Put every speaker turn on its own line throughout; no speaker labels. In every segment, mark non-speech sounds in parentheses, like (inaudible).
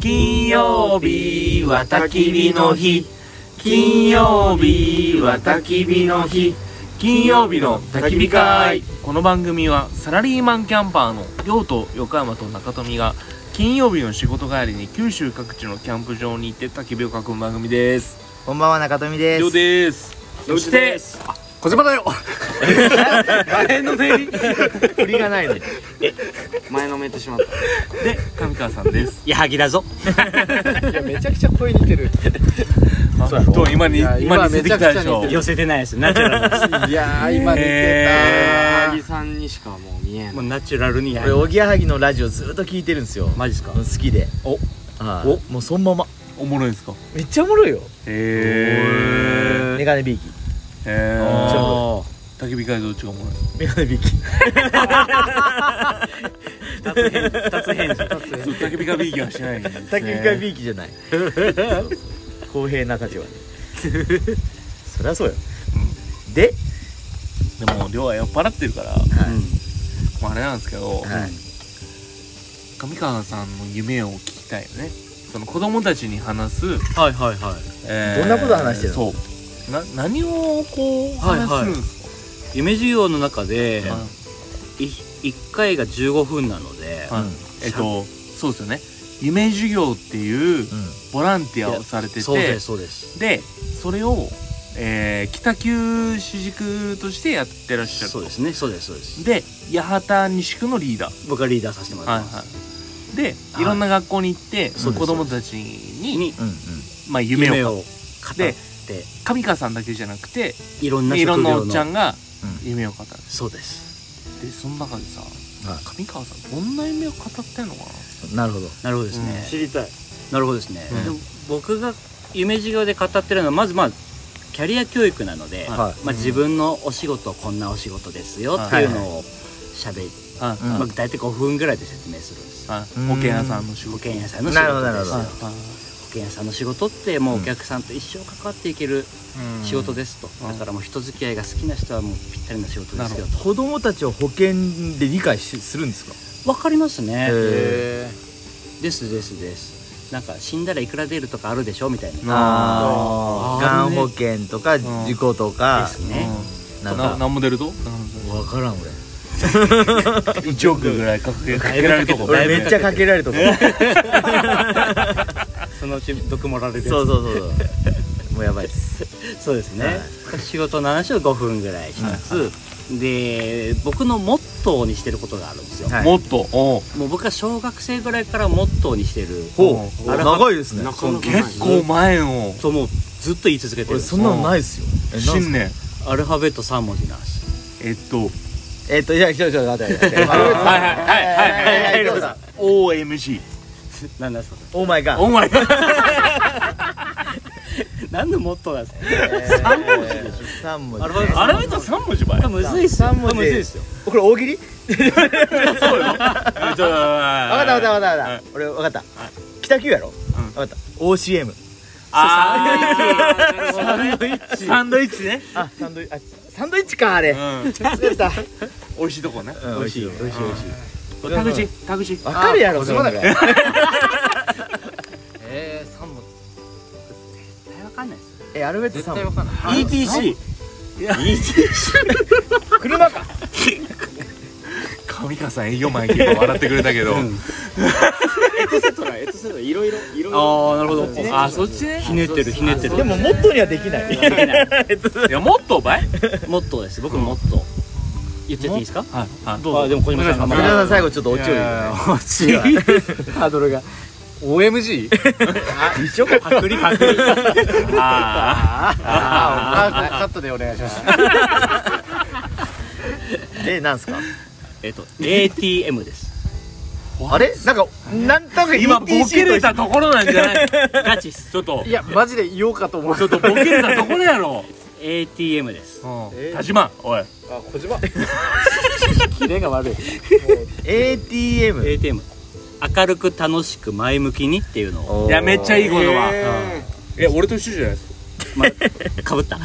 金曜日は焚き火の日金曜日は焚き火の日金曜日の焚き火会この番組はサラリーマンキャンパーの亮と横山と中富が金曜日の仕事帰りに九州各地のキャンプ場に行って焚き火を囲む番組です
こんばんは中富です
亮ですそして
小島だよ
前の出入り
振りがないのに
前のめってしまった
で上川さんです
矢作だぞ
いやめちゃくちゃ声似てる
そうやろ
どう今に
いや今
今に出てきた
め
でしょ
ちゃくちゃ似てる
寄せてないですナチュラルで (laughs)
いやー今似
えー
てたぎさんにしかもう見え
す
な
も
いう
ナチュラルにや
俺
る
おぎやはぎのラジオずっと聞いてるんですよ
マジっすか
好きで
お
はい
お
もうそのまま
おもろいですか
めっちゃおもろいよ
へ
メガネビーキ
えへ
ー
ー
お
焚き火会どっちがおもろい
メガネビーキ
二つ返事二つ返事
(laughs)
そう焚き火会ビーキはしてないんですね
焚き火会ビーキじゃない公平な価値はねそりゃそうよで
でも量は酔っ払ってるから、
はい
まあ、あれなんですけど、
はい
上川さんの夢を聞きたいよねその子供たちに話す、
はいはいはい
え
どんなこと話してるの
そうな何をこう
はいはい
話するんです
夢授業の中で
か、
い一回が15分なので
はい
うん
えっとそうですよね夢授業っていう
うん
ボランティアをされてて
そうですそうです
でそれを、えー北九州軸としてやってらっしゃる
そうですねそうですそうです
で八幡西区のリーダー
僕がリーダーさせてもら
は
っ
い
て
は
ます
いで
はい
いろんな学校に行って、
そうで
子
す
供たちに
に
うんうん
まあ、夢を
夢を語っ
で
て
上川さんだけじゃなくて
いろんな
でいろ
職業
んな
の
おっちゃんが
うん
夢を語る
そうです
でその中でさ
は
上川さんどんな夢を語ってんのかない
なるほど
なるほどですね
知りたい
なるほどですね、
うん
でも僕が夢授業で語ってるのはまずまあキャリア教育なので、
はい
まあ、自分のお仕事こんなお仕事ですよっていうのをしゃべり、
は
うん
まあ、大体5分ぐらいで説明するんですよ
いはい保険屋さんの仕事
保険屋さんの仕事
なるほどな
で
る
す
ほ
よ
ど
はい
保険屋さんの仕事ってもうお
うん
客さんと一生関わっていける
はい
仕事ですと、
うん
だからもう人付き合いが好きな人はもうぴったりな仕事ですよ
な
子供たちを保険で理解しするんですか
とわかりますね、
へ
ですですですなんか死んだらいくら出るとかあるでしょみたいなあ
あ
ー
あがん保険とか
ん
事故とか
ですね、
な
なんん
か
か
何も出ると
分からん俺
1億ぐらいかけかけられるとこ
だい
俺
ぶ
めっちゃかけられるとか
そのうち毒盛られるやつ
そうそうそうそうもうやばいです
そうですね、
は
仕事の話を5分ぐらいしつつ、で僕のモットーにしてることがあるんですよ、
はい
もっとおう
もう僕は小学生ぐらいからモットーにしてる
ほう
あら
長いですね
なかなかない
結構前の
そうもうずっと言い続けてる
俺そんなのないですよえなんす
新
か
年
アルファベット3文字なんです
えっと
えっといやちょちょ待って待って
はいはい
待って
はいはい
ど
は
うぞ
い OMG
何 (laughs) なんですか
オーマイガー
お前
何のモットーなん
(laughs)
ですか
3文字でしょ3文
アルファベッ
字
ト
あれは3文字前
むずいっすよ
三文字
むずいっすよ
これ大喜利
そうよ分かった分
分かった分かった分か
は
った俺分かった北九やろ
ん
分かった OCM
あー
サンドイッチ
サンドイッチね
あサンドイッチあサンドイッチかあれ
うん
作った
美味しいとこね
美味しいよ
美味しい美味し
田口
い
田口
分かるやろそんなの
えー、3文字
絶対わかんないっすよ
えアルファベット
絶
3
対
文
わ
字
かんない
ETC
車か
上川さん営業前結構笑ってくれたけど
エトセトラエトセトラいろいろいろいろ
ああなるほど
あそっちね
ひねってるひねってる
でもモットーにはできな
(laughs)
い
いやもっとばい
モットーです僕のモットー言っちゃっていいですか
はいはい
どうぞあでも小島さんがま
皆
だ
さん最後ちょっと落ちる
欲しいわ (laughs)
ハードルが OMG?
一緒か
パクリパクリ
あ
あーカットでお願いします
えなんすか
(laughs) えっと ATM です
あれなんかなんとなく
ー今ボケれたところなんじゃない
ガチっす
ちょっと
いやマジで言おうかと思う
ちょっとボケれたところやろ
ATM です
うん田島おい
あ小島キレが悪い
ATM
ATM 明るく楽しく前向きにっていうのを
いやめっちゃいい
英
こ
語
と
の
は
は
え俺と一緒じゃない (laughs) です
かぶった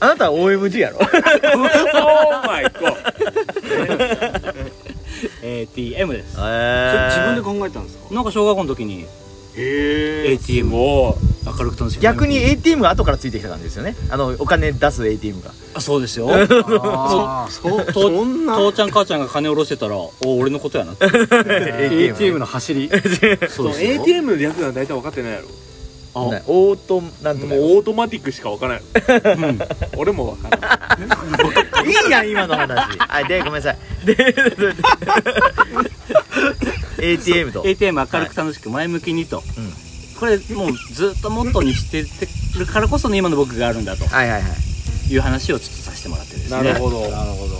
あなたは OMG やろ
か Oh my god
え ATM です
それ自
え
分で
ー、
考えたんですか
なんか小学校の時に
へ
ATM を明るく楽しむ
逆に ATM が後からついてきた感じですよねあのお金出す ATM が
あそうですよ
あそう
と
そんな
父ちゃん母ちゃんが金下ろしてたらお俺のことやなって
ATM の走り
そ
そ
う ATM の略は大体分かってないやろ
あ
なオートなんとか
もうオートマティックしか分からない
うん
俺も分からない
いいやん今の話はいでごめんなさいで ATM と
ATM 明るく楽しく前向きにと、
ん
これもうずっとモットーにしてってるからこその今の僕があるんだと
はいはいはい
いう話をちょっとさせてもらってですねやっ
ほど
なるほど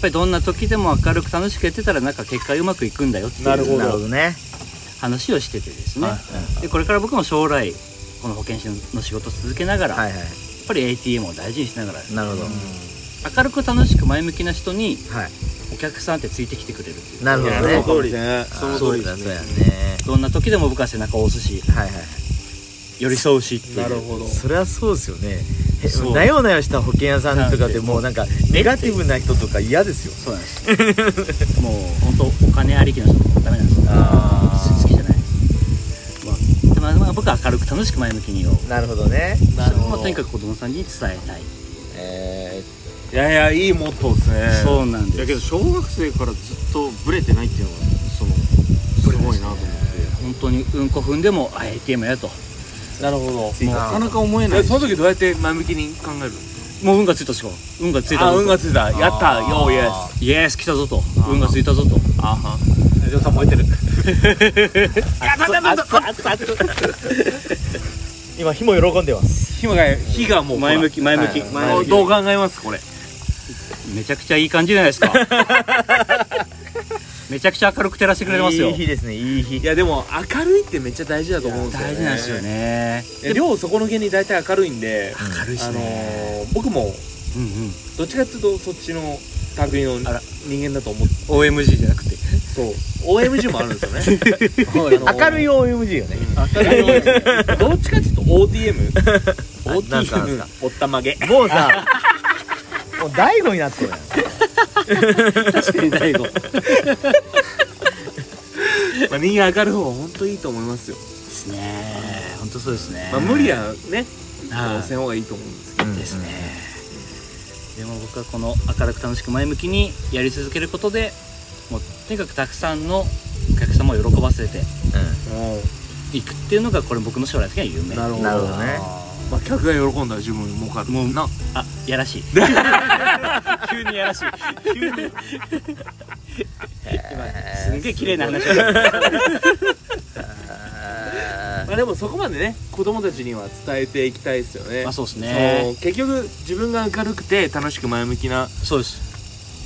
ぱりどんな時でも明るく楽しくやってたらなんか結果うまくいくんだよって
なるほ
い
ど
う
なるほどね
話をしててですね、
はい
でこれから僕も将来この保健師の仕事を続けながら、
は
や
いは
っぱり ATM を大事にしながら
いなるほど
明るく楽しく前向きな人に
はい
お客さんってついてきてくれるっていう
なるほど
その通
ね
りねその通り
だ
です
そう
ね
やね
どんな時でも僕は背中を押すし
はいはい
寄り添うしっていう
なるほど
そりゃそうですよねへ
そう
なよなよした保険屋さんとかでもうなんかネガティブな人とか嫌ですよ
そうなんですもう本当お金ありきの人もダメなんですよ
あ
好きじゃない、まあ、でもまあ僕は明るく楽しく前向きに言おう
あなるほどね
なる
それ
ほ
も
ど
とにかく子供さんに伝えたい、
え
いやいやいいモットーですね
そうなん
いや
で
けど
す
小学生からずっとブレてないっていうのがそのすごいなと思って
本当にうんこ踏んでもあ ATM やと
なるほど
ー、
なかなか思えない
えその時どうやって前向きに考える
もう運がついたしか運がついた
あ
ぞ
運がついたやった
あー
よーイエス
イエス来たぞと運がついたぞと
あは
ジョーさん燃えてる
(laughs)
(laughs) 今火も喜んでます
火が火がもう
前向き前向き、
はい
前
も
向
う
き
どう考えますこれ
めちゃくちゃいい感じじゃないですかめちゃくちゃ明るく照らしてくれてますよ
いい日ですねいい
い
日
やでも明るいってめっちゃ大事だと思うんですよね
大事なんですよね
いや量そこの辺に大体明るいんで
明るいし
あの
ね、
ー僕も
うんうん
どっちかっていうとそっちの類の
あら
人間だと思って
OMG じゃなくて
そう OMG もあるん
(laughs)
ですよね
明るい OMG よね
明るい OMG どっちかっていうと (laughs) OTM
あなんすかなんす
OTM
か
おったま
(laughs)
げ
もうさもう大悟になって (laughs) るやん
確かに大悟で
まあ人間明るい方が本当いいと思いますよ
すね本当そうですね
まあ無理はね
はい
せん方がいいと思うんですけど
ですねでも僕はこの明るく楽しく前向きにやり続けることでもうとにかくたくさんのお客様を喜ばせていくっていうのがこれ僕の将来的な夢
なるほ
なるほ
ど
どね
まあ客が喜んだら自分も儲かるもんな
あや
(laughs)
らしい急にやらしい急 (laughs) にすんげえ綺麗な話を
まあでもそこまでね子供たちには伝えていきたいですよね
まあそうです
そ
ね
の結局自分が明るくて楽しく前向きなっ
そうです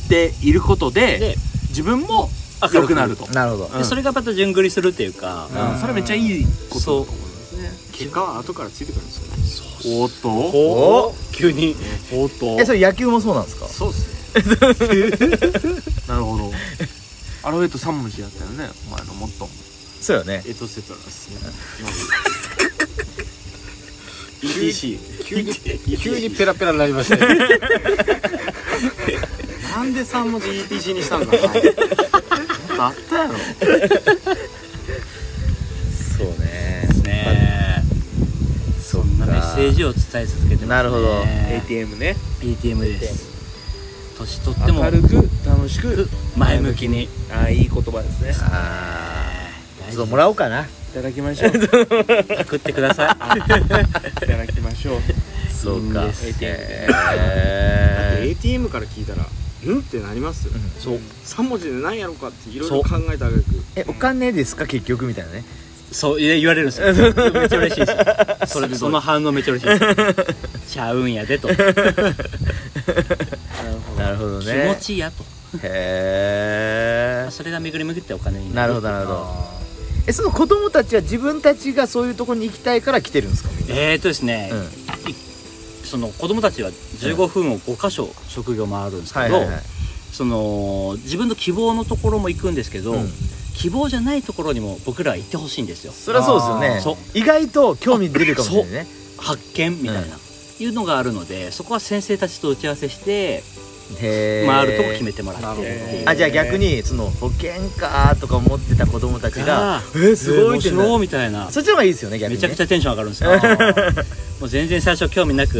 ていることで
で
自分も明るくなると、
なるほど
うん
でそれがまた順繰りするっていうか、
うんそれめっちゃいいことだと思いますね
結果は後からついてくるんですよね
おっと
お
急に
おっと
えそれ野球もそうなんですか
そうですね
(laughs) なるほどアルファベット3文字だったよねお前のもっと
そうよね
エトセトラですね ETC 急に急にペラペラになりましたねなんで3文字 ETC にしたんだろうなあったやろ
そうね
ね
そ
そんなメッセージを伝え続けてます、ね、
なるほど
ATM ね
ATM です年取っても
明るく楽しく
前向きに
ああいい言葉ですね
あーちょっともらおうかない
ただきましょうい
食ってくだ
(laughs)
さ
ただきましょう
そうか
いいんで
ATM
え
だって
ー
ATM から聞いたら「ん?」ってなりますよ、
うん
そう3文字で何やろうかっていろい
そ
ろ
う
考えたあげく
えお金ですか結局みたいなね
いそういや言われるんですよめっちゃ嬉しい
(laughs)
ですそれでその反応めっちゃ嬉しいですちゃうんやでと、
なるほど
気持
ね
ちやと
へ
それが巡り巡ってお金に
えなるほ
ど
どなるほどえその子供たちは自分たちがそういうところに行きたいから来てるんですかみんな
えーとですね、
うん
その子供たちは15分を5箇所職業回るんですけ
はい
ど、
はいはい
その自分の希望のところも行くんですけど、
うん
希望じゃないところにも僕らは行ってほしいんですよ
そりゃそう
あ
ですよ
ーそう
ね意外と興味出るかもしれないね
発見みたいな、いうのがあるのでそこは先生たちと打ち合わせして
へー
回るとこ決めてもらっ
なる
て
ほ
あじゃあ逆にその保険かとか思ってた子供たちが
が
えーすごいって
面白
ない
みたいな
そっちの方がいいですよね逆に
め
ね
ちゃくち
ゃ
ゃテンション上がるんですよ (laughs) もう全然最初興味なく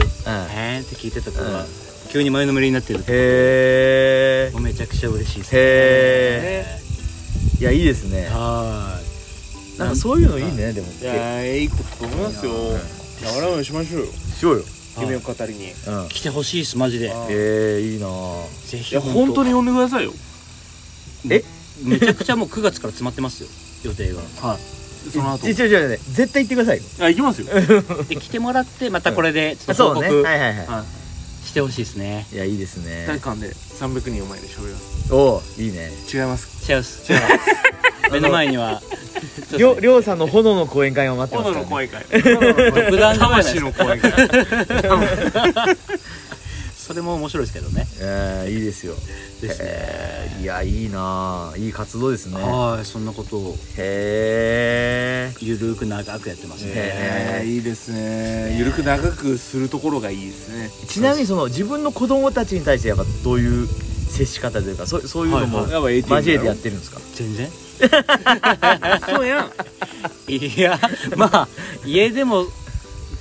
えーって聞いてた子
う
が
ん
急に前のめりになってると
へえ
もうめちゃくちゃ嬉しいです
へいやいいですね
は
なんかそういうのいいねでも
いやいいこと思いますよ我々もしましょうよ
しようよ
い
夢を語りに
うん
来てほしいですマジで
あ
えーいいな
ぜ
い
ひ
や本当に呼んでくださいよ
(laughs) めちゃくちゃもう9月から詰まってますよ予定が
その後
ちょちょちょ絶対行ってくださいよ
あ行きますよ
で来てもらってまたこれでちょ
あ
っと報
そうね
告
はいはいは
してほしいですね
いいやいいです
体
ね
育館で300人を前で喋ります
おおいいね
違います
違うっす違うっす目の前には
りょうりょうさんの炎の講演会を待ってます
炎
か
の
らね
声かい炎
無
の
断じゃないで
(laughs)
す
魂の声かい
それも面白いですけどね
えーいいですよ
ですね
いやいいないい活動ですね
はいそんなことを
へえ
ゆるく長くやってますね
えーいいですねゆるく長くするところがいいですね
ちなみにその自分の子供たちに対してやっぱどういう接し方というかそうそういうのも
やっぱ ATM だろ
交えてやってるんですか
全然
そうやん
いやまあ家でも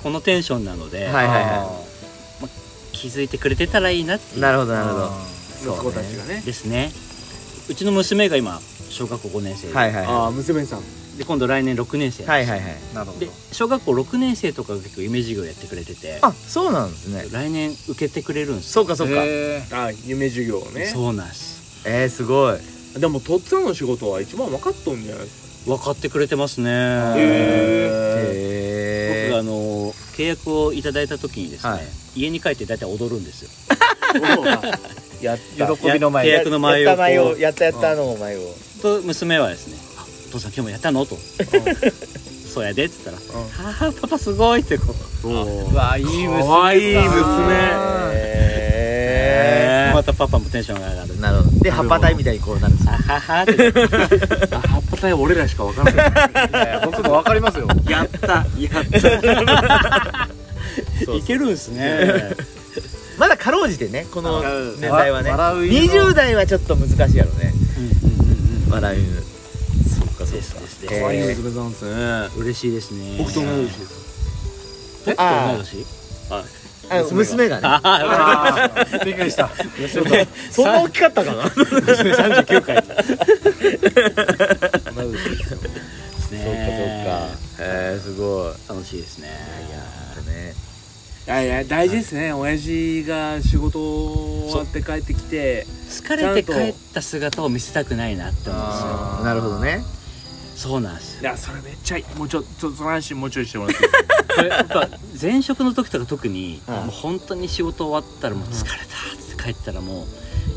このテンションなので、
はいはい
あ
は
気づいてくれてたらいいなって
いなるほどなるほど
ー息子たちがね
ですねうちの娘が今小学校5年生で,、
はいはい
あ
は
あ娘さん
で今度来年6年生
いはいはいはい
なるほ
で小学校6年生とかが結構夢授業やってくれてて
あそうなんですね
来年受けてくれるんです
そうかそうか
へ
あー夢授業
よ
ね
そうなんです
えーすごい
でもとっつぁんの仕事は一番分かっとんじゃないですか
分かってくれてますね、
へ
僕
へ
が
え
あの契約をいただいた時にですね、
はい
家に帰って大体踊るんですよ
やっ
喜びの前を
ややった前をやったやった
う
あの前を
と娘はですね「あお父さん今日もやったの?」と「そうやで」っつったら「はあパパすごい」ってこう
うわいい娘
かわいいですね
へ
またパパもテンションが上がる
ーなるほどで葉っぱ隊みたいにこうなるんです
あははって
あ葉っぱ隊俺らしか分からない
僕もわかりますよ
やったやっ
いけるんですね
まだかろうじてねこの年代はね
笑う
20代はちょっと難しいやろね
うんうんうん
笑う犬そっかそ
ですです
へ
で
ー
す
たいい娘さんですね
嬉しいですね
僕と同い年です
僕と同い年
あ娘がね
あ
びっくりした
(laughs) (laughs) そんな大きかったかな
あ娘39回ですね
へえすごい
楽しいですね
ね
いやいや大事ですね親父が仕事終わって帰ってきて
疲れて帰った姿を見せたくないなって思うんですよ
あー
なるほどね
そうなんです
い
よ
やそれめっちゃいいもうちょちょっとその話もうちょいしてもらっていいですか
これやっぱ前職の時とか特に、
うん
もう本当に仕事終わったらもう疲れたって帰ったらも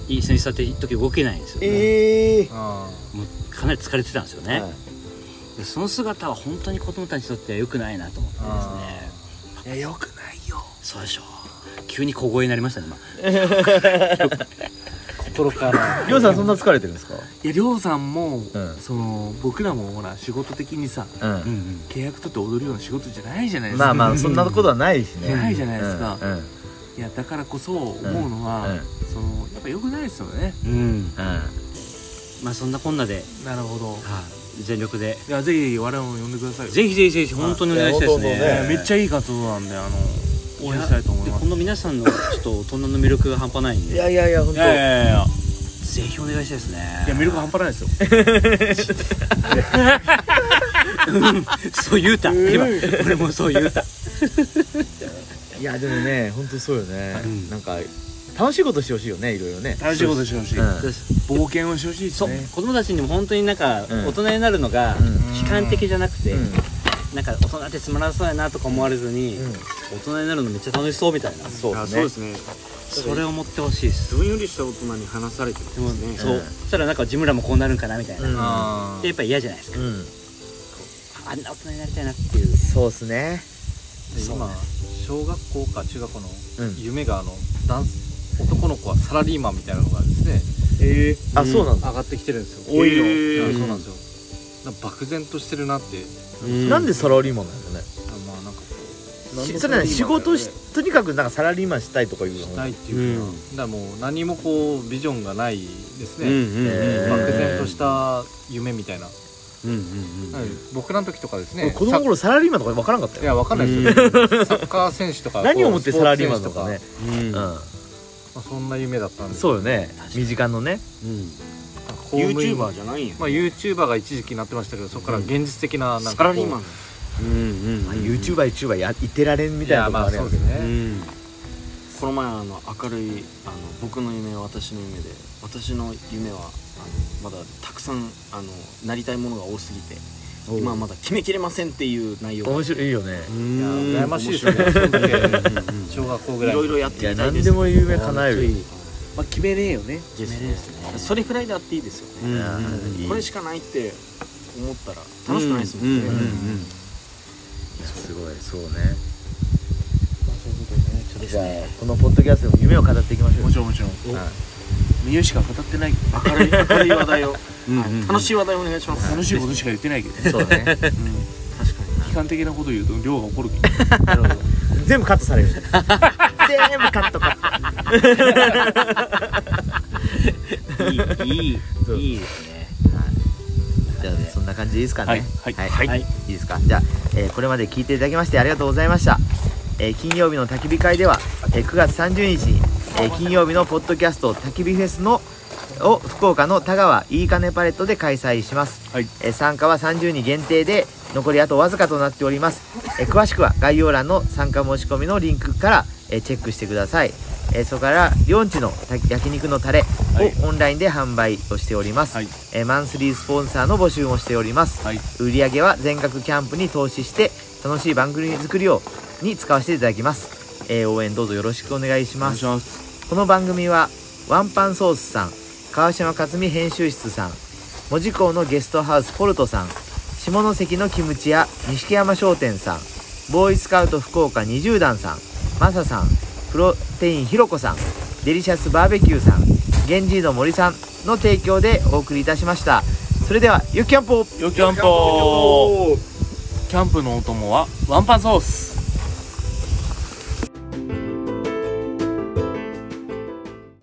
う椅子に座って一時動けないんですよ、ね
ええ
もうかなり疲れてたんですよね、でその姿は本当に子供たちにとっては良くないなと思ってですね
いやよくないよ
そうでしょう急に小声になりましたね今
心から
りょうさんそんな疲れてるんですか
いやりょうさんも、
ん
その僕らもほら仕事的にさ
う
うんん
契約取って踊るような仕事じゃないじゃないですか
まあまあそんなことはないしね
ないじゃないですか
うんうん
(laughs) いやだからこそ思うのは、
うんうん
そのやっぱよくないですよね
うん、うん、
うん
まあそんなこんなで、
なるほど
はい全力で
いやぜひ我々も呼んでくださいよ
ぜひぜひぜひ本当にお願いしたいですね
いや
えーめっちゃいい活動なんであの応援したいと思いま
ですこの皆さんのちょっと大人の魅力が半端ないんで
いやいやいや本
い
当
やいやいやぜひお願いしたいですね
いや魅力半端ないですよ
(laughs) そう言うた今俺もそう言うた
いやでもね本当そうよね
うん
なんか楽しいことしてほしいよねいろいろね
楽しいことしてほしい、
うん
冒険をしてほしいです
そう
ね
子供たちにも本当になんか
うん
大人になるのが
うん
悲観的じゃなくて
うん
なんか大人ってつまらなそうやなとか思われずに
うん
大人になるのめっちゃ楽しそうみたいな
そう
あ
です
そう
ね
ですね
それを持ってほしいです
自分よりした大人に話されてる
でも
んですね
そうそしたらなんか自分らもこうなるんかなみたいな
うん
あ
でやっぱ嫌じゃないですか
うん
あんな大人になりたいなっていう
そうですね
そう
今小学校か中学校の
うん
夢があのダンス男の子はサラリーマンみたいなのがですね
ええ
あそうなんだ
上がってきてるんですよ
多いの
う
うん
んそうなんですよなんか漠然としてるなって
なんでサラリーマンなんだね
あまあなんかこう
しそれね仕事しとにかくなんかサラリーマンしたいとかいうの
ないっていうか、
うん
だからもう何もこうビジョンがないです
うんう
ね、
ん
えー
漠然とした夢みたいな、
うんうん
はい僕らの時とかです
俺
ね
子供の頃サラリーマンとか分からんかっ
サ
た
ッい
よ
やわかんないですよ、サッカー選手とか
何をもってサラリーマンとかね
スポーツ選手
うんうん
う
とかまあ、そんな夢だったん
ん
で
そうよね身近のね
うん
公務員
YouTuber じゃないんや
まあ、YouTuber が一時期になってましたけどそこから現実的ななんかこう
サラリーマンうんうん
まあ YouTuberYouTuber やいてられんみ
い
たいな
や
とこ
ま
も
あ
あるや
そ
ん
うですね、
うんこの前あの明るいあの僕の夢は私の夢で私の夢はあのまだたくさんあのなりたいものが多すぎて
おう
今はまだ決めきれませんっていう内容
面白いいいよね
いや
羨
羨ましいですよねその時小学校ぐ
い
らいの
ろいろやってみ
い
たい
や
です
何でも夢叶える
うん
まあ、決めれんよね
ですねそれくらいであっていいですよ
い
ね、
やいい
これしかないって思ったら楽しくないですもんね、
うんうんうんすごいそうねじゃあこのポッドキャストでも夢を語っていきましょう
もちろんもちろん
はい
三好しか語ってない
明るい明るい話題を、
ん (laughs) うんうん
楽し
(laughs)
い話題お願いします
楽しいことしか言ってないけど、
そうだね
確かに
悲観的なこと言うと量が怒るけど
全部カットされる全部カットカッ
いいいい
そう
いいですね
トじゃあそんな感じでいいですかね
はいはい
はい、い、いですかじゃあ、えーこれまで聞いていただきましてありがとうございました、えー金曜日の焚き火会では、えー9月30日に、えー金曜日のポッドキャスト焚き火フェスのを福岡の田川いいかねパレットで開催します、
はい
えー参加は30人限定で残りあとわずかとなっております、えー詳しくは概要欄の参加申し込みのリンクから、えーチェックしてください、えーそれからりょんちのた焼肉のタレをオンラインで販売をしております、
はい
えーマンスリースポンサーの募集もしております、
はい
売り上げは全額キャンプに投資して楽しい番組作りをに使わせていただきます、えー応援どうぞよろしくお願いし
お
ま
願い
す
します
この番組はワンパンソースさん川島克美編集室さん門司港のゲストハウスポルトさん下関のキムチ屋錦山商店さんボーイスカウト福岡20段さんマサさんプロテインひろこさんデリシャスバーベキューさん源氏の森さんの提供でお送りいたしましたそれではよきキャンプを
よキャンプキャンプのお供はワンパンソース